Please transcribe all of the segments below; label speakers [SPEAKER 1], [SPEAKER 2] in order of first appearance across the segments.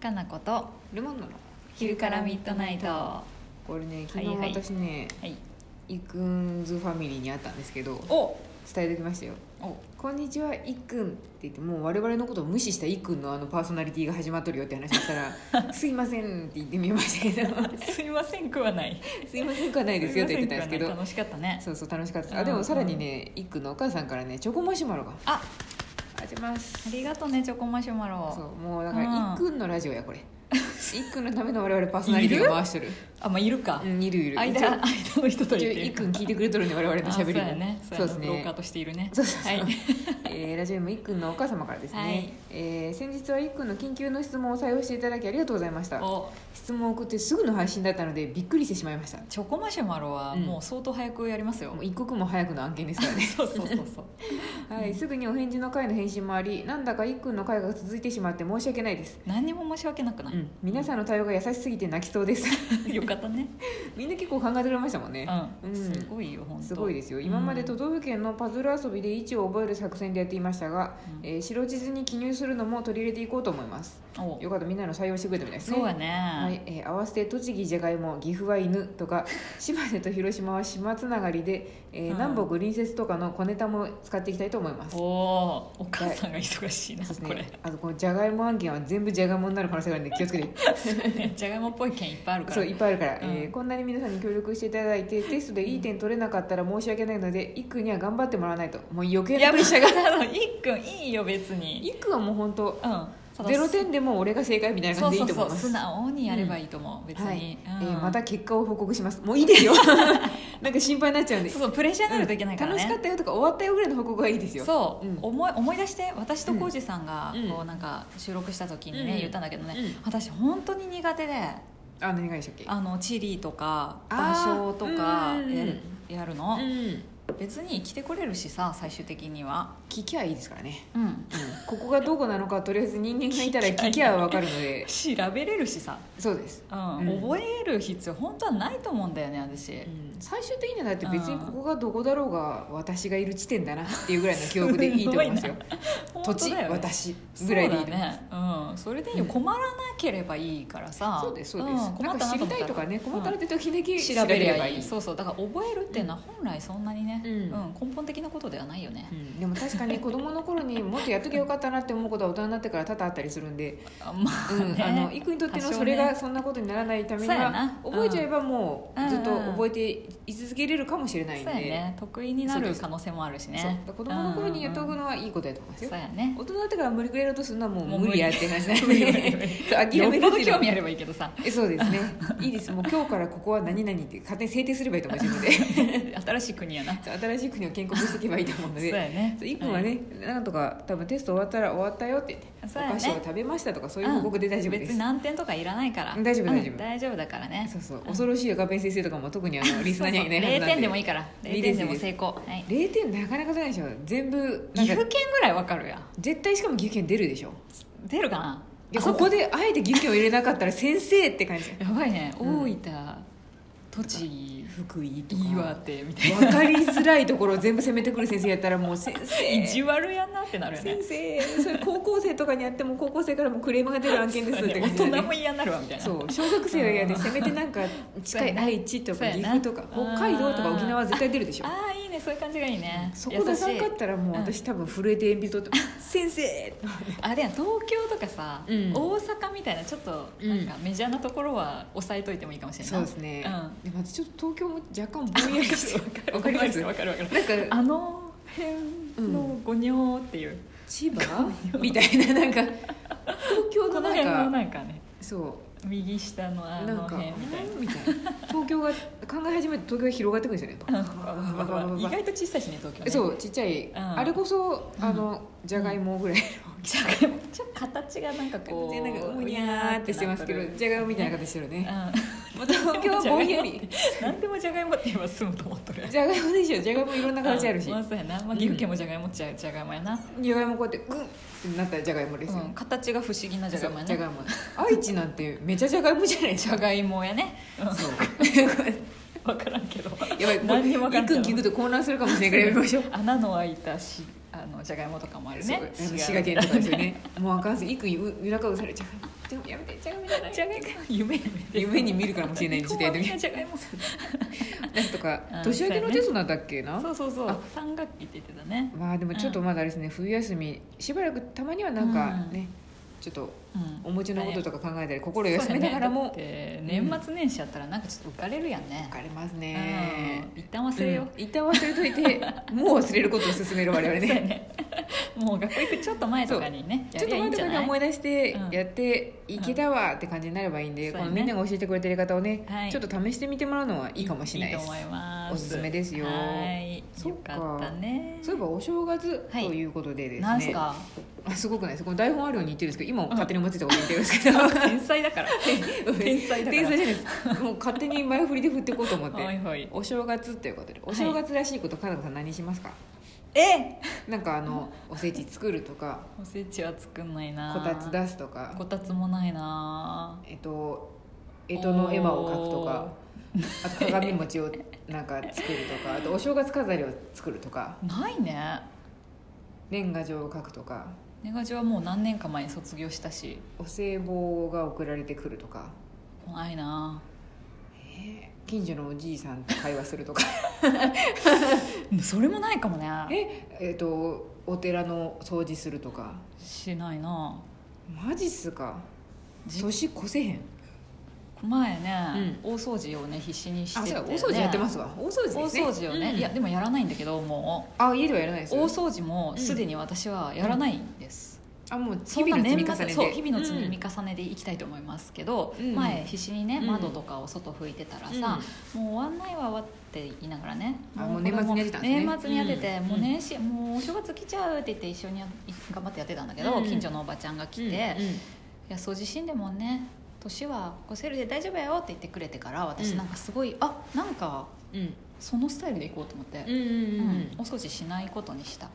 [SPEAKER 1] かなこと
[SPEAKER 2] ルマンドの
[SPEAKER 1] 昼からミッドナイトは
[SPEAKER 2] これね昨日
[SPEAKER 1] はいはい
[SPEAKER 2] 私ね、
[SPEAKER 1] い
[SPEAKER 2] イクンズファミリーに会ったんですけど
[SPEAKER 1] お
[SPEAKER 2] 伝えてきましたよ
[SPEAKER 1] お
[SPEAKER 2] 「こんにちはイクン」って言ってもう我々のことを無視したイクンのあのパーソナリティが始まっとるよって話した ら「すいません」って言ってみま したけど
[SPEAKER 1] すいません食わない
[SPEAKER 2] 「すいません」くはないですよって言ってたんですけ
[SPEAKER 1] すい
[SPEAKER 2] ど
[SPEAKER 1] ません食わない楽しかったね
[SPEAKER 2] そうそう楽しかったですあでもさらにねイクンのお母さんからねチョコマシュマロが
[SPEAKER 1] あ
[SPEAKER 2] あります
[SPEAKER 1] ありがとうねチョコマシュマ
[SPEAKER 2] そう
[SPEAKER 1] ロ
[SPEAKER 2] もうだから
[SPEAKER 1] うん
[SPEAKER 2] イクンのラジオやこれ イクンのための我々パーソナリティが回しとる
[SPEAKER 1] あまあいるか
[SPEAKER 2] うんいるいる
[SPEAKER 1] 間
[SPEAKER 2] 一応
[SPEAKER 1] 間の人と
[SPEAKER 2] 一
[SPEAKER 1] 言
[SPEAKER 2] 応
[SPEAKER 1] って
[SPEAKER 2] い
[SPEAKER 1] る
[SPEAKER 2] っくん聞いてくれとるんで我々の
[SPEAKER 1] あ
[SPEAKER 2] しゃべり
[SPEAKER 1] そう
[SPEAKER 2] も
[SPEAKER 1] やね
[SPEAKER 2] そうです
[SPEAKER 1] やね廊下
[SPEAKER 2] ね
[SPEAKER 1] としているね
[SPEAKER 2] そうそうそう
[SPEAKER 1] はい
[SPEAKER 2] えーラジオネームいっくんのお母様からですね、
[SPEAKER 1] はい
[SPEAKER 2] えー先日はいっくんの緊急の質問を採用していただきありがとうございました
[SPEAKER 1] お
[SPEAKER 2] 質問を送ってすぐの配信だったのでびっくりしてしまいました
[SPEAKER 1] チョコマシュマロは
[SPEAKER 2] うん
[SPEAKER 1] もう相当早くやりますよ、
[SPEAKER 2] もう一刻も早くの案件ですから ね、
[SPEAKER 1] そうそうそう そう
[SPEAKER 2] はい、すぐにお返事の回の返信もありなんだかいっくんの回が続いてしまって申し訳ないです、
[SPEAKER 1] 何にも申し訳なく
[SPEAKER 2] う
[SPEAKER 1] ない、
[SPEAKER 2] ん、皆さんの対応が優しすぎて泣きそうです
[SPEAKER 1] よかったね
[SPEAKER 2] みんな結構考えてくれましたも んね
[SPEAKER 1] うん、
[SPEAKER 2] うん
[SPEAKER 1] すごいよ本当
[SPEAKER 2] すごいですよ今まで都道府県のパズル遊びで位置を覚える作戦でやっていましたが、
[SPEAKER 1] うん
[SPEAKER 2] えー白地図に記入するのも取り入れていこうと思います
[SPEAKER 1] うんお
[SPEAKER 2] よかったみんなの採用してくれたみたいですね
[SPEAKER 1] そうやね、
[SPEAKER 2] はいえー合わせて栃木じゃがいも岐阜は犬とか 島根と広島は島つながりで、えー
[SPEAKER 1] うん
[SPEAKER 2] 南北隣接とかの小ネタも使っていきたいと思いま す
[SPEAKER 1] おおお母さんが忙しいな、
[SPEAKER 2] そうで
[SPEAKER 1] こ
[SPEAKER 2] す
[SPEAKER 1] れ
[SPEAKER 2] ねあとこのじゃがいも案件は全部じゃがいもになる可能性があ るんで気をつけて
[SPEAKER 1] じゃがいもっぽい件いっぱいあるから
[SPEAKER 2] そういっぱいあるから、
[SPEAKER 1] うん
[SPEAKER 2] えーこんなに皆さんに協力していただいてテストでいい点取れなかったら申し訳ないのでいくには頑張ってもらわないともう余計な
[SPEAKER 1] やプレッ
[SPEAKER 2] プレッシ
[SPEAKER 1] シ
[SPEAKER 2] ャ
[SPEAKER 1] ャ
[SPEAKER 2] ー
[SPEAKER 1] ー
[SPEAKER 2] が
[SPEAKER 1] がいっくんいいよ別に
[SPEAKER 2] いくはもう本当
[SPEAKER 1] うん
[SPEAKER 2] ゼロ点でも俺が正解みたいな
[SPEAKER 1] そ
[SPEAKER 2] 感
[SPEAKER 1] う
[SPEAKER 2] じでい
[SPEAKER 1] そ
[SPEAKER 2] いうと
[SPEAKER 1] そ
[SPEAKER 2] 思
[SPEAKER 1] 素
[SPEAKER 2] いうます
[SPEAKER 1] 直にやればいいと思う、別
[SPEAKER 2] はい
[SPEAKER 1] に、
[SPEAKER 2] え
[SPEAKER 1] うん
[SPEAKER 2] ーまた結果を報告しますもういいで すよなんか心配になっちゃうんで
[SPEAKER 1] そうそうプレッシャーになるといけないから
[SPEAKER 2] 楽
[SPEAKER 1] ね、
[SPEAKER 2] しかったよとか終わったよぐらいの報告がいいですよ
[SPEAKER 1] そう、
[SPEAKER 2] うん
[SPEAKER 1] 思い思い出して私と浩二さんが
[SPEAKER 2] うん
[SPEAKER 1] こうなんか収録した時に
[SPEAKER 2] うん
[SPEAKER 1] ね、言ったんだけどね、
[SPEAKER 2] うん
[SPEAKER 1] 私本当に苦手で
[SPEAKER 2] あ何がいいでしたっけ
[SPEAKER 1] あの地理とか
[SPEAKER 2] あ
[SPEAKER 1] 場
[SPEAKER 2] ー
[SPEAKER 1] 所とか
[SPEAKER 2] うん
[SPEAKER 1] やるやるの、
[SPEAKER 2] うん
[SPEAKER 1] 別に来てこれるしさ最終的には
[SPEAKER 2] 聞きゃいいですからね、
[SPEAKER 1] うん
[SPEAKER 2] うん、ここがどこなのかとりあえず人間がいたら聞きゃわかるので
[SPEAKER 1] 調べれるしさ、
[SPEAKER 2] そうです、
[SPEAKER 1] うん
[SPEAKER 2] うん
[SPEAKER 1] 覚える必要本当はないと思うんだよね私、
[SPEAKER 2] うん最終的にはだって別にここがどこだろうが私がいる地点だなっていうぐらいの記憶でいいと思いますよ 土
[SPEAKER 1] 本当
[SPEAKER 2] 地
[SPEAKER 1] だよね
[SPEAKER 2] 私ぐらいでいい
[SPEAKER 1] そうだ
[SPEAKER 2] と思います
[SPEAKER 1] ね、うん、それでいいよ、
[SPEAKER 2] うん
[SPEAKER 1] 困らなければいいからさ
[SPEAKER 2] そうですそうです、
[SPEAKER 1] ん困
[SPEAKER 2] な
[SPEAKER 1] っ
[SPEAKER 2] ん
[SPEAKER 1] たな
[SPEAKER 2] か知
[SPEAKER 1] と
[SPEAKER 2] り
[SPEAKER 1] 思
[SPEAKER 2] た
[SPEAKER 1] った
[SPEAKER 2] いとかね困ったらって時だけ
[SPEAKER 1] 調
[SPEAKER 2] 調
[SPEAKER 1] べ
[SPEAKER 2] べ
[SPEAKER 1] れ
[SPEAKER 2] れ
[SPEAKER 1] ば
[SPEAKER 2] ば
[SPEAKER 1] いい
[SPEAKER 2] いい、
[SPEAKER 1] そうそうだから覚えるっていうのは本来そんなにね、
[SPEAKER 2] うん
[SPEAKER 1] うん根本的なことではないよね
[SPEAKER 2] う、んでも確かに子どもの頃にもっとやっときゃよかったなって思うことは大人になってから多々あったりするんで、
[SPEAKER 1] あま あ
[SPEAKER 2] うん
[SPEAKER 1] ね
[SPEAKER 2] あのイクにとっての
[SPEAKER 1] 多少ね
[SPEAKER 2] それがそんなことにならないために
[SPEAKER 1] そうや
[SPEAKER 2] は
[SPEAKER 1] なうん
[SPEAKER 2] 覚えちゃえばも
[SPEAKER 1] うんう
[SPEAKER 2] うんずっと覚えてい続けれるかもしれないん
[SPEAKER 1] そう
[SPEAKER 2] で、
[SPEAKER 1] やね得意にな
[SPEAKER 2] そう
[SPEAKER 1] る
[SPEAKER 2] です
[SPEAKER 1] 可能性もあるし
[SPEAKER 2] そうだ
[SPEAKER 1] ね
[SPEAKER 2] から子どもの頃にやってお
[SPEAKER 1] うんう
[SPEAKER 2] く
[SPEAKER 1] ん
[SPEAKER 2] のはいいことやと思います
[SPEAKER 1] うんそ
[SPEAKER 2] よ
[SPEAKER 1] うやね
[SPEAKER 2] 大人になってから無理くりやろうとするのはも
[SPEAKER 1] も
[SPEAKER 2] う
[SPEAKER 1] う無
[SPEAKER 2] 無理
[SPEAKER 1] 理
[SPEAKER 2] やって感じなんで
[SPEAKER 1] 無理無理無理
[SPEAKER 2] そう諦
[SPEAKER 1] よ
[SPEAKER 2] め
[SPEAKER 1] っ
[SPEAKER 2] る
[SPEAKER 1] ぽ
[SPEAKER 2] っ
[SPEAKER 1] ど
[SPEAKER 2] てい
[SPEAKER 1] 興
[SPEAKER 2] うのは
[SPEAKER 1] 味あればいいけどさ
[SPEAKER 2] えそうですねいいですもう今日からここは何々って勝手に制定すればいいと思う自分で
[SPEAKER 1] 新しい国やな
[SPEAKER 2] そう新しい国を建国していけばいいと思うの
[SPEAKER 1] そう
[SPEAKER 2] で
[SPEAKER 1] やね
[SPEAKER 2] そうイ君はね、なんとか多分テスト終わったら終わったよって言って、
[SPEAKER 1] そうや
[SPEAKER 2] お
[SPEAKER 1] ね
[SPEAKER 2] 菓子を食べましたとかそういう報告で大丈夫で
[SPEAKER 1] 別
[SPEAKER 2] す、
[SPEAKER 1] に難点とかいらないから
[SPEAKER 2] うん大丈夫大丈夫
[SPEAKER 1] うん大丈夫だからね
[SPEAKER 2] そうそう恐ろしいよガペン先生とかも特 にあのリスナーにはいないはず
[SPEAKER 1] 0
[SPEAKER 2] なん
[SPEAKER 1] 点でもいいから
[SPEAKER 2] い
[SPEAKER 1] 0
[SPEAKER 2] いです
[SPEAKER 1] 点でも成功はい
[SPEAKER 2] 0点なかなか出ないでしょ全部な
[SPEAKER 1] 岐
[SPEAKER 2] んか
[SPEAKER 1] 阜県ぐらいわかるやん
[SPEAKER 2] 絶対しかも岐阜県出るでしょ
[SPEAKER 1] 出るかな
[SPEAKER 2] で
[SPEAKER 1] あ
[SPEAKER 2] ここであえて岐阜県を入れなかったら先生って感じ
[SPEAKER 1] やばいね、
[SPEAKER 2] うん
[SPEAKER 1] 大分栃木
[SPEAKER 2] 福井とか
[SPEAKER 1] 岩手みたいな
[SPEAKER 2] 分かりづらいところを全部攻めてくる先生やったらもう先
[SPEAKER 1] 意
[SPEAKER 2] 生
[SPEAKER 1] 地悪やなってなるよね
[SPEAKER 2] 先生それ高校生とかにやっても高校生からもクレームが出る案件ですって感じだ
[SPEAKER 1] 大
[SPEAKER 2] ね
[SPEAKER 1] 人も嫌になるわみたいな
[SPEAKER 2] そう小学生は嫌でせめてなんか近い愛知と
[SPEAKER 1] そう
[SPEAKER 2] か
[SPEAKER 1] や
[SPEAKER 2] 岐
[SPEAKER 1] な
[SPEAKER 2] 阜とか
[SPEAKER 1] そうや
[SPEAKER 2] 北
[SPEAKER 1] な
[SPEAKER 2] 海道とか沖縄は絶対出るでしょ
[SPEAKER 1] ああいいねそういう感じがいいね
[SPEAKER 2] そこ出さんか
[SPEAKER 1] 優
[SPEAKER 2] っ
[SPEAKER 1] しい
[SPEAKER 2] たらもう私多分震えて鉛筆取って「先生!」
[SPEAKER 1] あれや東京とかさ、
[SPEAKER 2] うん
[SPEAKER 1] 大阪みたいなちょっと
[SPEAKER 2] うん
[SPEAKER 1] なんかメジャーなところは押さえといてもいいかもしれない
[SPEAKER 2] そうです
[SPEAKER 1] う
[SPEAKER 2] ねでも私ちょっと東京も若干ぼんやりしてる わ
[SPEAKER 1] わ
[SPEAKER 2] か
[SPEAKER 1] か
[SPEAKER 2] り
[SPEAKER 1] り
[SPEAKER 2] ま
[SPEAKER 1] ますす
[SPEAKER 2] なん
[SPEAKER 1] わかるわかる
[SPEAKER 2] か
[SPEAKER 1] あの辺のゴニョーっていう、
[SPEAKER 2] 千葉みたいななんか東京
[SPEAKER 1] こ
[SPEAKER 2] の
[SPEAKER 1] の辺
[SPEAKER 2] な
[SPEAKER 1] の
[SPEAKER 2] んか
[SPEAKER 1] なんかね
[SPEAKER 2] そう
[SPEAKER 1] 右下のあ
[SPEAKER 2] な
[SPEAKER 1] の
[SPEAKER 2] んか
[SPEAKER 1] 辺みたいな
[SPEAKER 2] みたいな東京が考え始めて東京が広がってくるんですよね
[SPEAKER 1] なんか意外と小さいしね東京ね
[SPEAKER 2] そうちっちゃい、
[SPEAKER 1] ん
[SPEAKER 2] あれこそあのじゃがいもぐらい
[SPEAKER 1] じゃがいもちょっと形が なんかこう
[SPEAKER 2] なんかうにゃーってしてますけどじゃがいもみたいな形してる
[SPEAKER 1] う
[SPEAKER 2] ね
[SPEAKER 1] ん
[SPEAKER 2] もう東京はぼんやり
[SPEAKER 1] 何でもじゃがいもって言えば済むと思っ とるやん
[SPEAKER 2] じゃがいもでしょじゃがいもいろんな形あるし
[SPEAKER 1] まあ、そうやな、まあ、岐阜県もじゃがいもっちゃじゃがいもやな、
[SPEAKER 2] じゃがいもこうやってグンってなったらじゃがいもですよ、
[SPEAKER 1] うん、形が不思議なじゃがいも
[SPEAKER 2] そう
[SPEAKER 1] や
[SPEAKER 2] じゃ
[SPEAKER 1] ね
[SPEAKER 2] がいも愛知なんてめちゃじゃがいもじゃない で
[SPEAKER 1] じ
[SPEAKER 2] す
[SPEAKER 1] ゃ
[SPEAKER 2] か
[SPEAKER 1] がいもやね、う
[SPEAKER 2] そう
[SPEAKER 1] 分からん けど
[SPEAKER 2] やばいこれ
[SPEAKER 1] 何にも分から
[SPEAKER 2] い
[SPEAKER 1] ん
[SPEAKER 2] く
[SPEAKER 1] け
[SPEAKER 2] ん
[SPEAKER 1] ど
[SPEAKER 2] 聞くと混乱するかもしれないからやめましょう
[SPEAKER 1] 穴の開いたしあのじゃがいもとかもあるね
[SPEAKER 2] そう滋賀県とかですよねもうあかんすいくん夜中うされちゃうでもやめてじゃがいもじゃない
[SPEAKER 1] じゃがいも夢に見
[SPEAKER 2] 夢に見るかもしれない時代
[SPEAKER 1] の
[SPEAKER 2] の
[SPEAKER 1] じ
[SPEAKER 2] 時
[SPEAKER 1] ゃがいも
[SPEAKER 2] なんとか
[SPEAKER 1] うん
[SPEAKER 2] 年明けのテストなんだっけな
[SPEAKER 1] そうそうそ
[SPEAKER 2] あ
[SPEAKER 1] う三学期って言ってたね
[SPEAKER 2] まあでもちょっとまだあれですね冬休みしばらくたまにはなんかねちょっと
[SPEAKER 1] うん
[SPEAKER 2] お餅のこととか考えたり心を休めながらも
[SPEAKER 1] そうやねだって年末年始やったらなんかちょっと浮かれるやんね
[SPEAKER 2] 浮かれますね
[SPEAKER 1] うん一旦忘れよう
[SPEAKER 2] うん一旦忘れとい てもう忘れることを勧める我々
[SPEAKER 1] そうや
[SPEAKER 2] ね
[SPEAKER 1] ねもう学校行くちょっと前とかにねや
[SPEAKER 2] ちょっ
[SPEAKER 1] り
[SPEAKER 2] と
[SPEAKER 1] ゃいい
[SPEAKER 2] 前
[SPEAKER 1] ん
[SPEAKER 2] と
[SPEAKER 1] じゃ
[SPEAKER 2] か
[SPEAKER 1] な
[SPEAKER 2] で
[SPEAKER 1] い
[SPEAKER 2] 思い出して
[SPEAKER 1] うん
[SPEAKER 2] やっていけたわって感じになればいいんで、
[SPEAKER 1] うん
[SPEAKER 2] この
[SPEAKER 1] そうやね
[SPEAKER 2] みんなが教えてくれてる方をね、
[SPEAKER 1] はい
[SPEAKER 2] ちょっと試してみてもらうのはいいかもしれないです
[SPEAKER 1] と思います
[SPEAKER 2] おすすめですよ
[SPEAKER 1] はい
[SPEAKER 2] そ
[SPEAKER 1] よ
[SPEAKER 2] っか
[SPEAKER 1] かったね
[SPEAKER 2] そういえばお正月と
[SPEAKER 1] はい
[SPEAKER 2] いうことでですね、
[SPEAKER 1] なんすか
[SPEAKER 2] あすごくないですこの台本あるように言ってるんですけど今も勝手に思ってたこと言ってるんですけど、
[SPEAKER 1] 天才 だから天才だから
[SPEAKER 2] 天才じゃないですもう勝手に前振りで振っていこうと思っ
[SPEAKER 1] はい
[SPEAKER 2] て
[SPEAKER 1] はい
[SPEAKER 2] お正月ということでお正月らしいことかなこさん何しますか
[SPEAKER 1] え
[SPEAKER 2] なんかあのおせち作るとか
[SPEAKER 1] おせちは作んないな
[SPEAKER 2] こたつ出すとか
[SPEAKER 1] こたつもないな
[SPEAKER 2] えっと干支の絵馬を描くとかあと鏡餅をなんか作るとかあとお正月飾りを作るとか
[SPEAKER 1] ないね
[SPEAKER 2] 年賀状を書くとか
[SPEAKER 1] ネガジはもう何年か前に卒業したし
[SPEAKER 2] お歳暮が送られてくるとか
[SPEAKER 1] ないな
[SPEAKER 2] 近所のおじいさんと会話す るとか
[SPEAKER 1] それもないかもね
[SPEAKER 2] ええっとお寺の掃除するとか
[SPEAKER 1] しないな
[SPEAKER 2] マジっすか
[SPEAKER 1] じ
[SPEAKER 2] 年越せへん
[SPEAKER 1] 前ね、大掃除をね必死にして
[SPEAKER 2] あそう
[SPEAKER 1] て、
[SPEAKER 2] や
[SPEAKER 1] ね、
[SPEAKER 2] 大掃除やってますわ大掃除ですね
[SPEAKER 1] 大掃除をね、
[SPEAKER 2] うん
[SPEAKER 1] いやでもやらないんだけどもう
[SPEAKER 2] あ家ではやらないです
[SPEAKER 1] 大掃除もすでに私はやらないんです、
[SPEAKER 2] あもう
[SPEAKER 1] そ
[SPEAKER 2] 日
[SPEAKER 1] んな
[SPEAKER 2] 々の積
[SPEAKER 1] 年
[SPEAKER 2] み重ね
[SPEAKER 1] 末
[SPEAKER 2] で
[SPEAKER 1] そう日々の積
[SPEAKER 2] うん
[SPEAKER 1] み重ねでいきたいと思いますけど、
[SPEAKER 2] うん
[SPEAKER 1] 前必死にね
[SPEAKER 2] うん
[SPEAKER 1] 窓とかを外拭いてたらさ、もう終わんないわ終わって言いながらね
[SPEAKER 2] あもう年末にやってたんですね
[SPEAKER 1] 年末にやってて、
[SPEAKER 2] うん
[SPEAKER 1] もう年始もうお正月来ちゃうって言って一緒にや頑張ってやってたんだけど、
[SPEAKER 2] うん
[SPEAKER 1] 近所のおばちゃんが来て、
[SPEAKER 2] うん
[SPEAKER 1] いや掃除しんでもね年は越せるで大丈夫やよって言ってくれてから私なんかすごい、あなんか
[SPEAKER 2] うんうん
[SPEAKER 1] そのスタイルでいこうと思って、
[SPEAKER 2] うんうんうん
[SPEAKER 1] う
[SPEAKER 2] うん
[SPEAKER 1] んお掃除しないことにした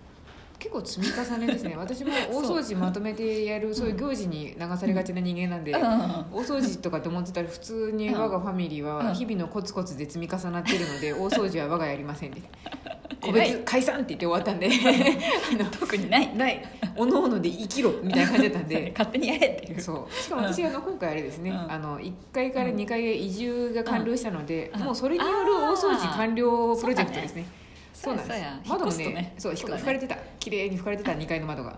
[SPEAKER 2] 結構積み重ねで すね私も大掃除まとめてやるそういう行事に流されがちな人間なんで、
[SPEAKER 1] うん
[SPEAKER 2] 大掃除とかと思ってたら普通に我がファミリー
[SPEAKER 1] うん
[SPEAKER 2] は日々のコツコツで積み重なってるので大掃除は我がやりません で個
[SPEAKER 1] 偉い
[SPEAKER 2] 別解散って言って終わったんで
[SPEAKER 1] 特に ない
[SPEAKER 2] ないおのおので生きろみたいな感じだった ん
[SPEAKER 1] で
[SPEAKER 2] で
[SPEAKER 1] 勝手にやれっていう
[SPEAKER 2] そうしかも私あの今回あれですね、
[SPEAKER 1] うん
[SPEAKER 2] あの1階から2階へ移住が完了したので、
[SPEAKER 1] うん
[SPEAKER 2] もうそれによる大掃除完了プロジェクトですねそうなん
[SPEAKER 1] そう
[SPEAKER 2] です
[SPEAKER 1] やそうや
[SPEAKER 2] 窓も
[SPEAKER 1] 引っ越すと
[SPEAKER 2] ね
[SPEAKER 1] ね
[SPEAKER 2] そう
[SPEAKER 1] そうだね
[SPEAKER 2] 引かれてた綺麗に拭かれてた2階の窓が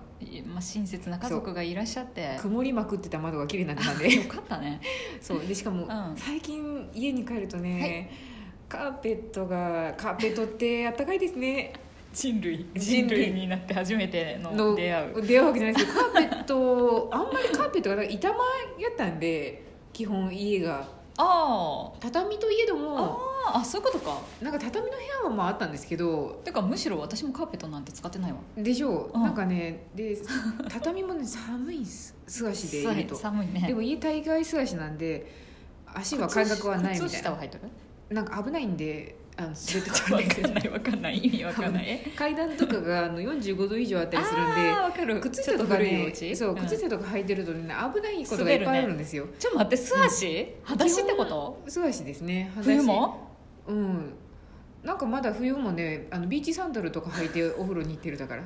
[SPEAKER 1] まあ、親切な家族がいらっしゃって
[SPEAKER 2] 曇りまくってた窓が綺麗になってたん で
[SPEAKER 1] よかったね
[SPEAKER 2] そうでしかも、
[SPEAKER 1] うん
[SPEAKER 2] 最近家に帰るとね、カーペットがカーペットってあったかいですね
[SPEAKER 1] 人類
[SPEAKER 2] 人類
[SPEAKER 1] になって初めて
[SPEAKER 2] の出会うわけじゃないですけどカーペットあんまりカーペットがなんか板前やったんで基本家が
[SPEAKER 1] あ
[SPEAKER 2] 畳といえど
[SPEAKER 1] ー
[SPEAKER 2] も
[SPEAKER 1] あーあそういうことか
[SPEAKER 2] なんか畳の部屋はまああったんですけど
[SPEAKER 1] てかむしろ私もカーペットなんて使ってないわ
[SPEAKER 2] でしょう、
[SPEAKER 1] うん
[SPEAKER 2] なんかねで畳もね寒いんです素足でいると
[SPEAKER 1] 寒いね
[SPEAKER 2] でも家大概素足なんで足は感覚はないみ
[SPEAKER 1] 靴
[SPEAKER 2] たい
[SPEAKER 1] 下
[SPEAKER 2] な
[SPEAKER 1] は入ってる
[SPEAKER 2] なんか危ないんであの滑ってこ
[SPEAKER 1] わ
[SPEAKER 2] ないんです
[SPEAKER 1] かんないわ
[SPEAKER 2] よ
[SPEAKER 1] かんない意味わかんないえ
[SPEAKER 2] 階段とかがあの45度以上あったりするんで
[SPEAKER 1] あーわかる
[SPEAKER 2] 靴下と
[SPEAKER 1] ち
[SPEAKER 2] か
[SPEAKER 1] ょっ古いお
[SPEAKER 2] ね
[SPEAKER 1] 家
[SPEAKER 2] そう
[SPEAKER 1] うん
[SPEAKER 2] 靴下とか履いてるとね危ないことがいっぱいあるんですよ、
[SPEAKER 1] ちょっと待って素足裸足ってこと
[SPEAKER 2] 素足ですね裸足
[SPEAKER 1] 冬も
[SPEAKER 2] うんなんかまだ冬もねあのビーチサンダルとか履いてお風呂に行ってるだから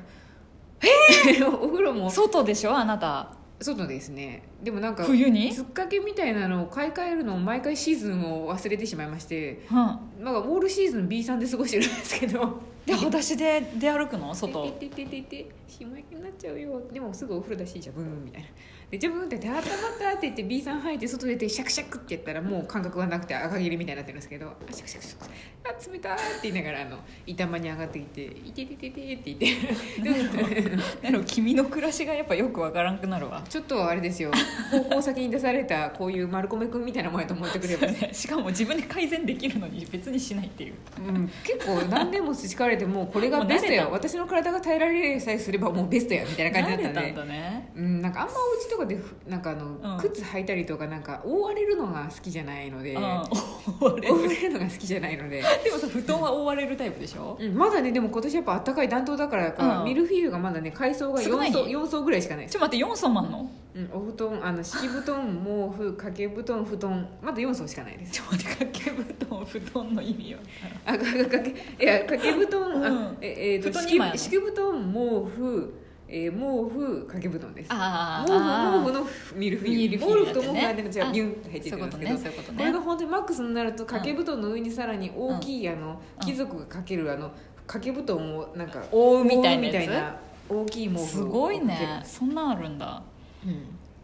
[SPEAKER 2] え お風呂も
[SPEAKER 1] 外でしょあなた
[SPEAKER 2] 外ですねでもなんか
[SPEAKER 1] 冬に
[SPEAKER 2] つっかけみたいなのを買い替えるのを毎回シーズンを忘れてしまいまして
[SPEAKER 1] うん
[SPEAKER 2] なんかウォールシーズン B さんで過ごしてるんですけど
[SPEAKER 1] で裸足で出歩くの 外
[SPEAKER 2] ててててててしまいになっちゃうよでもすぐお風呂だしじゃブーンみたいなでジャブーンって「あったまった」って言って B さん入って外出てシャクシャクってやったらもう感覚がなくて赤切れみたいになってるんですけど「あシャクシャクシャクあ冷たい」って言いながらあの板間に上がってきて「いてててて」って言ってでも
[SPEAKER 1] なの君の暮らしがやっぱよくわからんくなるわ
[SPEAKER 2] ちょっとあれですよ高校先に出されたこういう丸込君みたいなもんやと思ってくればね、
[SPEAKER 1] しかも自分で改善できるのに別にしないっていう
[SPEAKER 2] うん、結構何年も培われてもうこれがベストや
[SPEAKER 1] もう慣れ
[SPEAKER 2] 私の体が耐えられさえすればもうベストやみたいな感じだった
[SPEAKER 1] 慣
[SPEAKER 2] んで
[SPEAKER 1] れ。だね
[SPEAKER 2] うん、なんかあんまお家とかでふなんかあの、
[SPEAKER 1] うん
[SPEAKER 2] 靴履いたりとかなんか覆われるのが好きじゃないので、
[SPEAKER 1] うん
[SPEAKER 2] 覆
[SPEAKER 1] 覆われ
[SPEAKER 2] わ
[SPEAKER 1] る
[SPEAKER 2] れるのが好きじゃないので、
[SPEAKER 1] でもさ布団は覆われるタイプでしょ
[SPEAKER 2] うんまだねでも今年やっぱあったかい暖冬だからか、
[SPEAKER 1] うん
[SPEAKER 2] ミルフィーユがまだね階層が
[SPEAKER 1] 少ない
[SPEAKER 2] 4層4層ぐらいしかないです、
[SPEAKER 1] ちょっと待って4層もあんの
[SPEAKER 2] うん、お布団あの敷布団毛布掛け布団布団まだ4層しかないです
[SPEAKER 1] ちょっと待って掛け布団布団の意味よ
[SPEAKER 2] あかかかけいや掛け布団、あ
[SPEAKER 1] うん
[SPEAKER 2] ええーと
[SPEAKER 1] 布団
[SPEAKER 2] 敷
[SPEAKER 1] 二枚あるの
[SPEAKER 2] 敷布団毛布ええー、毛布掛け布団です
[SPEAKER 1] あ
[SPEAKER 2] 毛布毛布のミルフィーユ
[SPEAKER 1] ミルフィー
[SPEAKER 2] 毛
[SPEAKER 1] ユ
[SPEAKER 2] 布と毛布の間にじゃ
[SPEAKER 1] あ
[SPEAKER 2] ビュンって入って
[SPEAKER 1] そ
[SPEAKER 2] る
[SPEAKER 1] うんいうこ
[SPEAKER 2] です
[SPEAKER 1] と
[SPEAKER 2] け
[SPEAKER 1] ね
[SPEAKER 2] ど
[SPEAKER 1] そういうこと
[SPEAKER 2] これ
[SPEAKER 1] ね
[SPEAKER 2] が本当にマックスになると掛け布団の上にさらに大きい、あ
[SPEAKER 1] う
[SPEAKER 2] の
[SPEAKER 1] ん
[SPEAKER 2] 貴族が掛けるあの掛け布団をなんか
[SPEAKER 1] 覆
[SPEAKER 2] 覆
[SPEAKER 1] う
[SPEAKER 2] うみ
[SPEAKER 1] み
[SPEAKER 2] た
[SPEAKER 1] た
[SPEAKER 2] い
[SPEAKER 1] い
[SPEAKER 2] な
[SPEAKER 1] なや
[SPEAKER 2] 大きい毛
[SPEAKER 1] つ
[SPEAKER 2] 布を
[SPEAKER 1] すごい
[SPEAKER 2] 掛
[SPEAKER 1] ねそんなんあるんだ
[SPEAKER 2] ける、うん、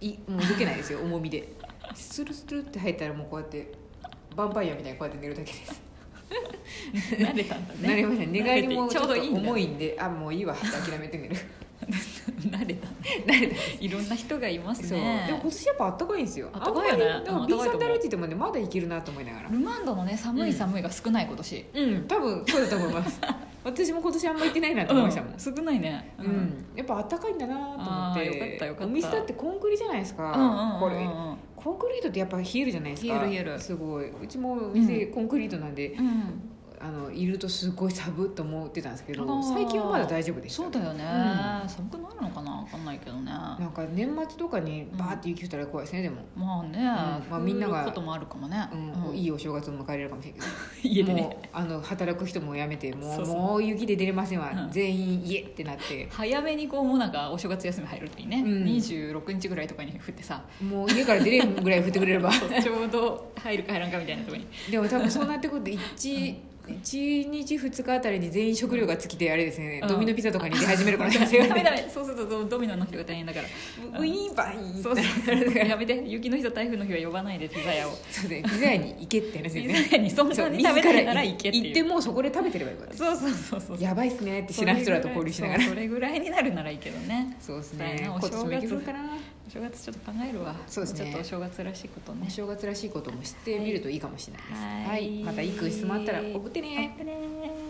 [SPEAKER 2] いもう動けないですよ重みでスルスルって入ったらもうこうやってヴァンパイアみたいにこうやって寝るだけです、
[SPEAKER 1] 慣れたんだね
[SPEAKER 2] なりません寝返りもち
[SPEAKER 1] ち
[SPEAKER 2] ょ
[SPEAKER 1] ょ
[SPEAKER 2] っ
[SPEAKER 1] う
[SPEAKER 2] と
[SPEAKER 1] どいいんだ
[SPEAKER 2] 重いんであもういいわって諦めて寝る
[SPEAKER 1] 慣れた
[SPEAKER 2] 慣れた
[SPEAKER 1] いろんな人がいます
[SPEAKER 2] そう、でも
[SPEAKER 1] ね
[SPEAKER 2] 今年やっぱあったかいんですよ
[SPEAKER 1] あったかいよね
[SPEAKER 2] あんまりだから
[SPEAKER 1] うん
[SPEAKER 2] B
[SPEAKER 1] あった
[SPEAKER 2] さ
[SPEAKER 1] か
[SPEAKER 2] ん
[SPEAKER 1] いと思う
[SPEAKER 2] で歩いててもねまだいけるなと思いながら
[SPEAKER 1] ルマンドのね寒
[SPEAKER 2] うん
[SPEAKER 1] い寒いが少ない今年
[SPEAKER 2] うん多分そうだと思います私も今年あんま行ってないなと思いましたもん、
[SPEAKER 1] 少ないね
[SPEAKER 2] うんやっぱあったかいんだなと思って
[SPEAKER 1] あーよかったよかった
[SPEAKER 2] お店だってコンクリじゃないですか、
[SPEAKER 1] うんうん
[SPEAKER 2] こ
[SPEAKER 1] うんう
[SPEAKER 2] れ
[SPEAKER 1] ん
[SPEAKER 2] コンクリートってやっぱ冷えるじゃないですか
[SPEAKER 1] 冷える冷える
[SPEAKER 2] すごいうちもお店コンクリートなんで、
[SPEAKER 1] うん
[SPEAKER 2] あのいるとすごい寒いと思ってたんですけど
[SPEAKER 1] あー
[SPEAKER 2] 最近はまだ大丈夫でした
[SPEAKER 1] そうだよね寒くなるのかなわかんないけどね
[SPEAKER 2] なんか年末とかにバーって雪降ったら怖いですねでも、
[SPEAKER 1] まあね
[SPEAKER 2] まあみんなが
[SPEAKER 1] 降ることもあるかもね
[SPEAKER 2] うんいいお正月を迎えれるかもしれないけど
[SPEAKER 1] 家でね
[SPEAKER 2] もうあの働く人もやめてもう
[SPEAKER 1] そうそう
[SPEAKER 2] もう雪で出れませんわ、
[SPEAKER 1] うん
[SPEAKER 2] 全員家ってなって
[SPEAKER 1] 早めにこうもうなんかお正月休み入るといいね、
[SPEAKER 2] うん
[SPEAKER 1] 26日ぐらいとかに降ってさ
[SPEAKER 2] もう家から出れるぐらい降ってくれれば
[SPEAKER 1] ちょうど入るか入らんかみたいなところに
[SPEAKER 2] でも多分そうなってくると 1, 一日2日あたりに全員食料が尽きてあれですね、
[SPEAKER 1] うん
[SPEAKER 2] ドミノピザとかに出始めるかもしれませ ん
[SPEAKER 1] ダメダメそうするとドミノの人が大変だから
[SPEAKER 2] ウィーンバイン
[SPEAKER 1] そうそうだ からやめて雪の日と台風の日は呼ばないでピザ屋を
[SPEAKER 2] そうねピザ屋に行けって話です
[SPEAKER 1] ピ
[SPEAKER 2] よね
[SPEAKER 1] ザ屋にそん
[SPEAKER 2] そ
[SPEAKER 1] な
[SPEAKER 2] う
[SPEAKER 1] に食べたいなら行けって
[SPEAKER 2] 行
[SPEAKER 1] い
[SPEAKER 2] っ
[SPEAKER 1] う
[SPEAKER 2] てもうそこで食べてればよかったです
[SPEAKER 1] そうそうそうそう
[SPEAKER 2] やばいっすねって知らん人らと交流しながら
[SPEAKER 1] そうそれぐらいになるならいいけどね
[SPEAKER 2] そうです
[SPEAKER 1] そうや
[SPEAKER 2] ね
[SPEAKER 1] なお正月
[SPEAKER 2] 今年も行けるかな
[SPEAKER 1] お正月ちょっと考えるわ
[SPEAKER 2] そうですね
[SPEAKER 1] もちょっとお正月らしいこと
[SPEAKER 2] お
[SPEAKER 1] ね
[SPEAKER 2] 正月らしいことも知ってみるといいかもしれないです、
[SPEAKER 1] はい
[SPEAKER 2] はいまたいい質問あったら送ってね
[SPEAKER 1] ね